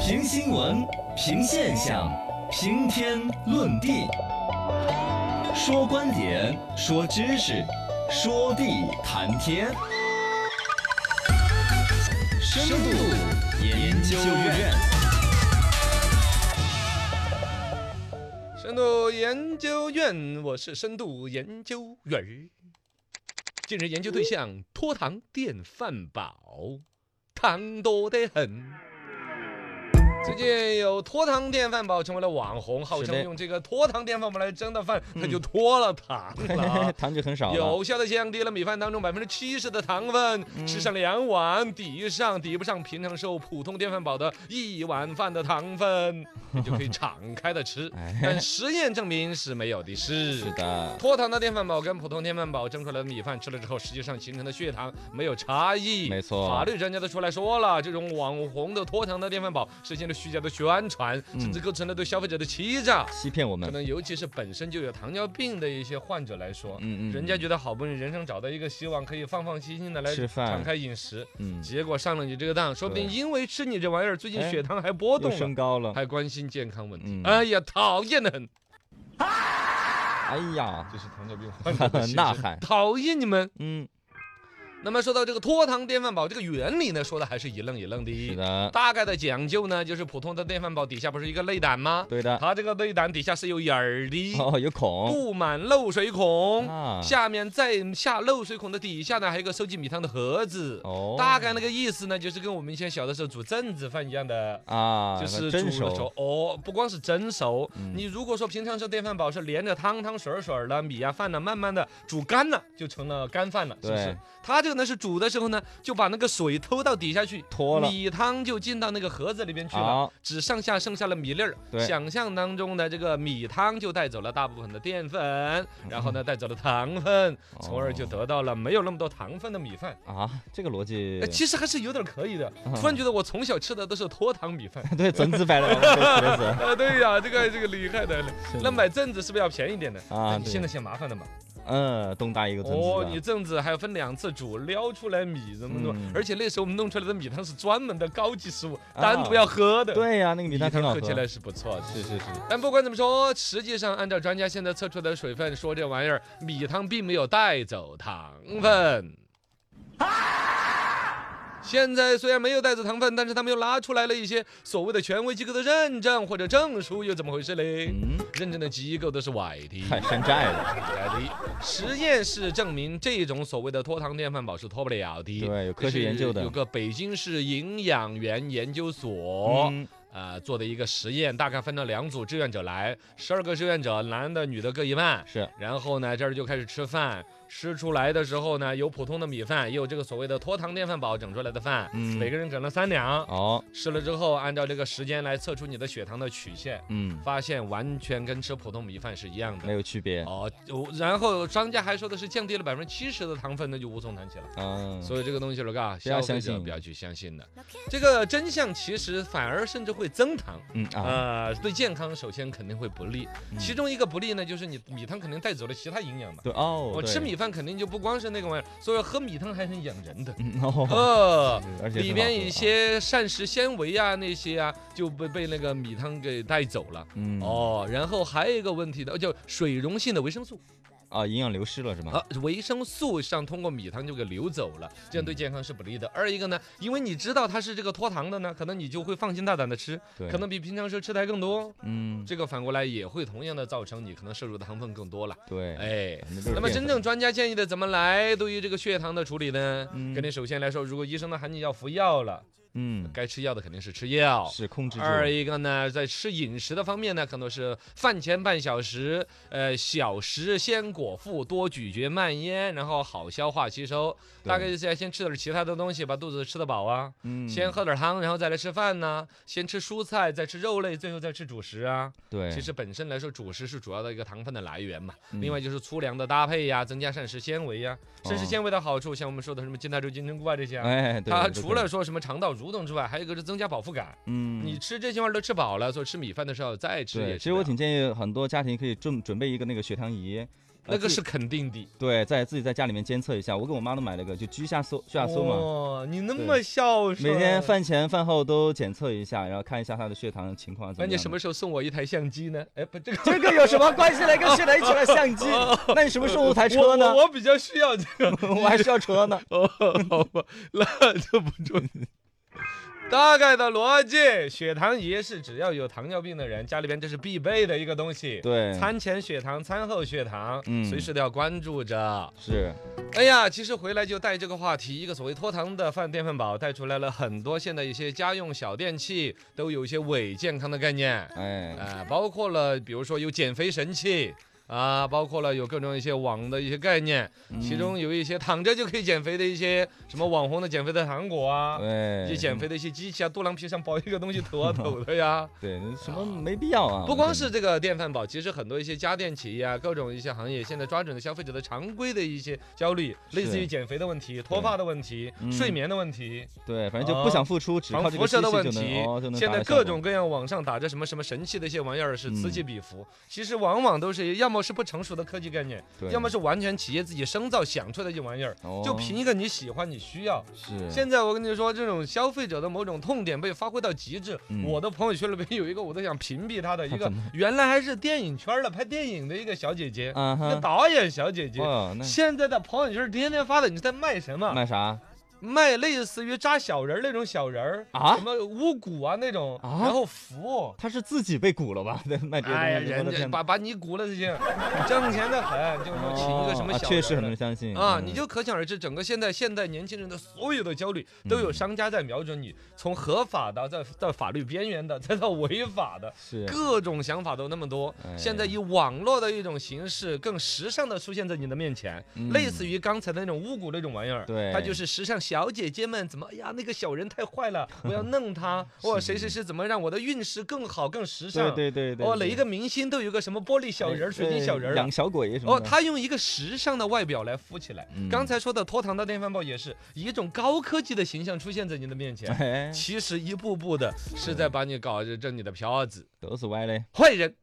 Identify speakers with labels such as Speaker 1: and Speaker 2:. Speaker 1: 评新闻，评现象，评天论地，说观点，说知识，说地谈天。深度研究院，
Speaker 2: 深度研究院，我是深度研究员儿。近日研究对象脱糖电饭煲，糖多得很。最近有脱糖电饭煲成为了网红，号
Speaker 3: 是
Speaker 2: 称
Speaker 3: 的嗯。
Speaker 2: 用这个脱糖电饭煲来蒸的饭，它就脱了糖了啊
Speaker 3: 糖就很少了。。
Speaker 2: 有效的降低了米饭当中百分之七十的糖分，吃上两碗，抵上抵不上平常时候普通电饭煲的一碗饭的糖分，你就可以敞开的吃
Speaker 3: 哎
Speaker 2: 但实验证明是没有的事。
Speaker 3: 是的，
Speaker 2: 脱糖的电饭煲跟普通电饭煲蒸出来的米饭吃了之后，实际上形成的血糖没有差异。
Speaker 3: 没错
Speaker 2: 法律专家都出来说了，这种网红的脱糖的电饭煲实现了虚假的宣传，
Speaker 3: 嗯
Speaker 2: 甚至构成了对消费者的欺诈。
Speaker 3: 欺骗我
Speaker 2: 可
Speaker 3: 们。
Speaker 2: 能尤其是本身就有糖尿病的一些患者来说，
Speaker 3: 嗯嗯嗯
Speaker 2: 人家觉得好不容易人生找到一个希望，可以放放心心的来
Speaker 3: 吃饭
Speaker 2: 敞开饮食，
Speaker 3: 嗯，
Speaker 2: 结果上了你这个当，说不定
Speaker 3: 对
Speaker 2: 因为吃你这玩意儿，最近
Speaker 3: 哎
Speaker 2: 血糖还波
Speaker 3: 又
Speaker 2: 动
Speaker 3: 升
Speaker 2: 了，
Speaker 3: 高了。
Speaker 2: 还关心健康问题
Speaker 3: 嗯，
Speaker 2: 哎呀，讨厌的很，
Speaker 3: 哎呀，
Speaker 2: 这是糖尿病患者 的心
Speaker 3: 呐
Speaker 2: 声
Speaker 3: 喊
Speaker 2: 讨厌你们。
Speaker 3: 嗯，
Speaker 2: 那么说到这个脱糖电饭煲这个原理呢，说的还是一愣一愣
Speaker 3: 是
Speaker 2: 的。
Speaker 3: 的，
Speaker 2: 大概的讲究呢，就是普通的电饭煲底下不是一个内胆吗？
Speaker 3: 对的。
Speaker 2: 它这个内胆底下是有眼儿的，
Speaker 3: 哦，有孔
Speaker 2: 布满漏水孔，
Speaker 3: 啊。
Speaker 2: 下面再下漏水孔的底下呢，还有一个收集米汤的盒子。
Speaker 3: 哦，
Speaker 2: 大概那个意思呢，就是跟我们以前小的时候煮粽子饭一样的。
Speaker 3: 啊，
Speaker 2: 就是煮
Speaker 3: 蒸
Speaker 2: 的时
Speaker 3: 熟
Speaker 2: 候。，哦，不光是蒸熟，
Speaker 3: 嗯
Speaker 2: 你如果说平常吃电饭煲是连着汤汤水儿水儿了，米呀、啊饭呢，慢慢的煮干了，就成了干饭了，是不是
Speaker 3: 对？
Speaker 2: 它这个呢是煮的时候呢，就把那个水偷到底下去，
Speaker 3: 脱了哦
Speaker 2: 米汤就进到那个盒子里边去了，
Speaker 3: 好，
Speaker 2: 只上下剩下了米粒儿。
Speaker 3: 对
Speaker 2: 想象当中的这个米汤就带走了大部分的淀粉，
Speaker 3: 嗯
Speaker 2: 然后呢带走了糖分，
Speaker 3: 哦
Speaker 2: 从而就得到了没有那么多糖分的米饭。
Speaker 3: 啊，这个逻辑
Speaker 2: 哎，其实还是有点可以的。
Speaker 3: 嗯
Speaker 2: 突然觉得我从小吃的都是脱糖米 饭。
Speaker 3: 对，整子摆了，对对
Speaker 2: 啊，对呀、这个这个厉害的了。
Speaker 3: 是
Speaker 2: 那买粽子是不是要便宜点呢？哎
Speaker 3: 啊
Speaker 2: 那你
Speaker 3: 对
Speaker 2: 现在嫌麻烦了嘛？
Speaker 3: 嗯，东大一个整
Speaker 2: 哦，你
Speaker 3: 子
Speaker 2: 粽子还要分两次煮，撩出来米怎么怎么
Speaker 3: 嗯，
Speaker 2: 而且那时候我们弄出来的米汤是专门的高级食物，
Speaker 3: 啊
Speaker 2: 单独要喝
Speaker 3: 的。，
Speaker 2: 的。
Speaker 3: 对呀，那个米
Speaker 2: 米
Speaker 3: 汤挺好
Speaker 2: 喝
Speaker 3: 喝
Speaker 2: 起。来是不错的。
Speaker 3: 是是是，
Speaker 2: 但不管怎么说，实际上按照专家现在测出来的水分说，这玩意儿米汤并没有带走糖分。现在虽然没有带走糖分，但是他们又拿出来了一些所谓的权威机构的认证或者证书，又怎么回事嘞？
Speaker 3: 嗯，
Speaker 2: 认证的机构都是外地
Speaker 3: 太山寨了。
Speaker 2: 来的。实验室证明，这种所谓的脱糖电饭煲是脱不了的。
Speaker 3: 对有科
Speaker 2: 这
Speaker 3: 学
Speaker 2: 是
Speaker 3: 研究的
Speaker 2: 有个北京市营养员研究所。
Speaker 3: 嗯，
Speaker 2: 呃，做的一个实验，大概分了两组志愿者来，十二个志愿者，男的女的各一半。
Speaker 3: 是
Speaker 2: 然后呢，这儿就开始吃饭，吃出来的时候呢，有普通的米饭，也有这个所谓的脱糖电饭煲整出来的饭，
Speaker 3: 嗯
Speaker 2: 每个人整了三两，
Speaker 3: 哦，
Speaker 2: 吃了之后，按照这个时间来测出你的血糖的曲线，
Speaker 3: 嗯，
Speaker 2: 发现完全跟吃普通米饭是一样
Speaker 3: 没
Speaker 2: 的。
Speaker 3: 有区别。
Speaker 2: 哦，就然后商家还说的是降低了百分之七十的糖分，那就无从谈起了。
Speaker 3: 嗯，
Speaker 2: 所以这个东西了，嘎，
Speaker 3: 不要
Speaker 2: 啊消
Speaker 3: 相
Speaker 2: 费者
Speaker 3: 信
Speaker 2: 不要去相信的。这个真相其实反而甚至会增糖。
Speaker 3: 嗯啊，嗯
Speaker 2: 呃，对健康首先肯定会不利，其中一个不利呢，就是你米汤肯定带走了其他营养嘛。
Speaker 3: 对哦，
Speaker 2: 我
Speaker 3: 对
Speaker 2: 吃，米饭肯定就不光是那个玩意儿，所以喝米汤还很养人的。
Speaker 3: 嗯哦，
Speaker 2: 呃，
Speaker 3: 而且
Speaker 2: 里
Speaker 3: 挺好啊
Speaker 2: 边
Speaker 3: 喝
Speaker 2: 一，些膳食纤维啊那些啊就被被那个米汤给带走了。
Speaker 3: 嗯，
Speaker 2: 哦，然后还有一个问题的，就水溶性的维生素
Speaker 3: 啊，营养流失了是吗？
Speaker 2: 啊，维生素上通过米汤就给流走了，这
Speaker 3: 嗯
Speaker 2: 样对健康是不利的。二一个呢，因为你知道它是这个脱糖的呢，可能你就会放心大胆的吃，
Speaker 3: 对，
Speaker 2: 可能比平常时候吃的还更多。哦
Speaker 3: 嗯，
Speaker 2: 这个反过来也会同样的造成你可能摄入的糖分更多了。
Speaker 3: 对，
Speaker 2: 哎，
Speaker 3: 反正就是
Speaker 2: 那么
Speaker 3: 淀
Speaker 2: 真
Speaker 3: 粉
Speaker 2: 正专家建议的怎么来对于这个血糖的处理呢？
Speaker 3: 嗯
Speaker 2: 肯定首先来说，如果医生呢喊你要服药了，
Speaker 3: 嗯
Speaker 2: 该吃药的肯定是吃药。
Speaker 3: 是控制住
Speaker 2: 二一个呢，在吃饮食的方面呢，可能是饭前半小时，呃，小食先果腹，多咀嚼慢咽，然后好消化吸收。
Speaker 3: 对
Speaker 2: 大概就是要先吃点其他的东西，把肚子吃得饱啊。
Speaker 3: 嗯
Speaker 2: 先喝点汤，然后再来吃饭呢、先吃蔬菜，再吃肉类，最后再吃主食啊。
Speaker 3: 对，
Speaker 2: 其实本身来说，主食是主要的一个糖分的来源嘛。
Speaker 3: 嗯
Speaker 2: 另外就是粗粮的搭配呀，增加膳食纤维呀。膳食
Speaker 3: 哦
Speaker 2: 纤维的好处，像我们说的什么金泰州、金针菇啊这些啊，
Speaker 3: 哎， 对
Speaker 2: 它
Speaker 3: 对
Speaker 2: 除
Speaker 3: 对
Speaker 2: 了说什么肠道蠕动之外，还有一个是增加饱腹感。
Speaker 3: 嗯
Speaker 2: 你。吃这些玩意儿都吃饱了，所以吃米饭的时候再吃也啊
Speaker 3: 对，
Speaker 2: 吃
Speaker 3: 其实我
Speaker 2: 不了
Speaker 3: 挺建议很多家庭可以准准备一个那个血糖仪，呃
Speaker 2: 那个
Speaker 3: 自己
Speaker 2: 是肯定的。
Speaker 3: 对，在自己在家里面监测一下。我给我妈都买了个，就居下搜居下搜嘛，
Speaker 2: 哦，你那么孝顺，
Speaker 3: 每天。饭前饭后都检测一下，然后看一下她的血糖情况怎
Speaker 2: 那
Speaker 3: 么样。
Speaker 2: 你什么？时候送我一台相机呢？哎，不，这个
Speaker 3: 这个有什么关系呢？跟血糖一起的相机？那你什么时候有台车呢
Speaker 2: 哦我？我我比较需要这个。
Speaker 3: 我还需要车呢。
Speaker 2: 哦，好吧，那就不重要。大概的逻辑，血糖仪是只要有糖尿病的人家里边这是必备的一个东西。
Speaker 3: 对，
Speaker 2: 餐前血糖，餐后血糖，
Speaker 3: 嗯
Speaker 2: 随时都要关注着。
Speaker 3: 是，
Speaker 2: 哎呀，其实回来就带这个话题，一个所谓脱糖的饭电饭煲，带出来了很多现在一些家用小电器都有一些伪健康的概念。
Speaker 3: 哎，
Speaker 2: 啊，包括了比如说有减肥神器啊，包括了有各种一些网的一些概念，
Speaker 3: 嗯
Speaker 2: 其中有一些躺着就可以减肥的一些什么网红的减肥的糖果啊，一些
Speaker 3: 对，
Speaker 2: 减肥的一些机器啊，肚腩皮上包一个 东西抖啊抖的呀。
Speaker 3: 对，什么没必要啊？
Speaker 2: 不光是这个电饭煲，其实很多一些家电企业啊，各种一些行业现在抓准了消费者的常规的一些焦虑，类似于
Speaker 3: 是
Speaker 2: 减肥的问题、脱发的问题、
Speaker 3: 嗯
Speaker 2: 睡眠的问题、
Speaker 3: 对，反正就不想付出，只靠
Speaker 2: 哦防
Speaker 3: 这
Speaker 2: 辐
Speaker 3: 个机
Speaker 2: 射
Speaker 3: 器
Speaker 2: 的问
Speaker 3: 就
Speaker 2: 题
Speaker 3: 能哦，就能
Speaker 2: 现
Speaker 3: 达
Speaker 2: 在
Speaker 3: 到效果
Speaker 2: 各种各样网上打着什么什么神器的一些玩意儿是
Speaker 3: 嗯
Speaker 2: 此起彼伏，其实往往都是要么是不成熟的科技概念，
Speaker 3: 对
Speaker 2: 要么是完全企业自己生造想出来的一玩意儿，
Speaker 3: 哦
Speaker 2: 就凭一个你喜欢你需要。
Speaker 3: 是
Speaker 2: 现在我跟你说，这种消费者的某种痛点被发挥到极致。
Speaker 3: 嗯
Speaker 2: 我的朋友圈里边有一个，我都想屏蔽他的一
Speaker 3: 他
Speaker 2: 个
Speaker 3: 怎么，
Speaker 2: 原来还是电影圈的拍电影的一个小姐姐，
Speaker 3: 啊
Speaker 2: 一个
Speaker 3: 哈，
Speaker 2: 导演小姐姐。
Speaker 3: 哦，那
Speaker 2: 现在的朋友圈天天发的，你在卖什么？
Speaker 3: 卖啥
Speaker 2: 卖类似于扎小人儿那种小人儿
Speaker 3: 啊
Speaker 2: 什么巫蛊啊那种，
Speaker 3: 啊
Speaker 2: 然后服。
Speaker 3: 他是自己被鼓了吧？ 对，卖这
Speaker 2: 哎呀，
Speaker 3: 些
Speaker 2: 人
Speaker 3: 东西，
Speaker 2: 家把把你蛊了这些， 挣钱的很，就是说请一个什么
Speaker 3: 哦啊
Speaker 2: 小人儿的、
Speaker 3: 确实很嗯多人相信
Speaker 2: 啊，你就可想而知，整个现在现代年轻人的所有的焦虑，都
Speaker 3: 嗯
Speaker 2: 有商家在瞄准你，从合法的再到法律边缘的，再到违法的，
Speaker 3: 是
Speaker 2: 各种想法都那么多。
Speaker 3: 哎
Speaker 2: 现在以网络的一种形式，更时尚的出现在你的面前，
Speaker 3: 嗯
Speaker 2: 类似于刚才的那种巫蛊那种玩意儿。
Speaker 3: 对
Speaker 2: 它就是时尚小姐姐们怎么，哎呀，那个小人太 坏了，我要弄他。哇，谁谁谁怎么让我的运势更好、更时尚？
Speaker 3: 对对对对，
Speaker 2: 哦，哪
Speaker 3: 对
Speaker 2: 一个明星都有个什么玻璃小人儿、水晶小人儿啊
Speaker 3: 养小鬼什么
Speaker 2: 哦，
Speaker 3: 的
Speaker 2: 他用一个时尚的外表来敷起来。
Speaker 3: 嗯
Speaker 2: 刚才说的脱糖的电饭煲也是以一种高科技的形象出现在你的 面前，
Speaker 3: 哎，
Speaker 2: 其实一步步的是在把你搞着你的票子。
Speaker 3: 都是歪嘞，
Speaker 2: 坏人，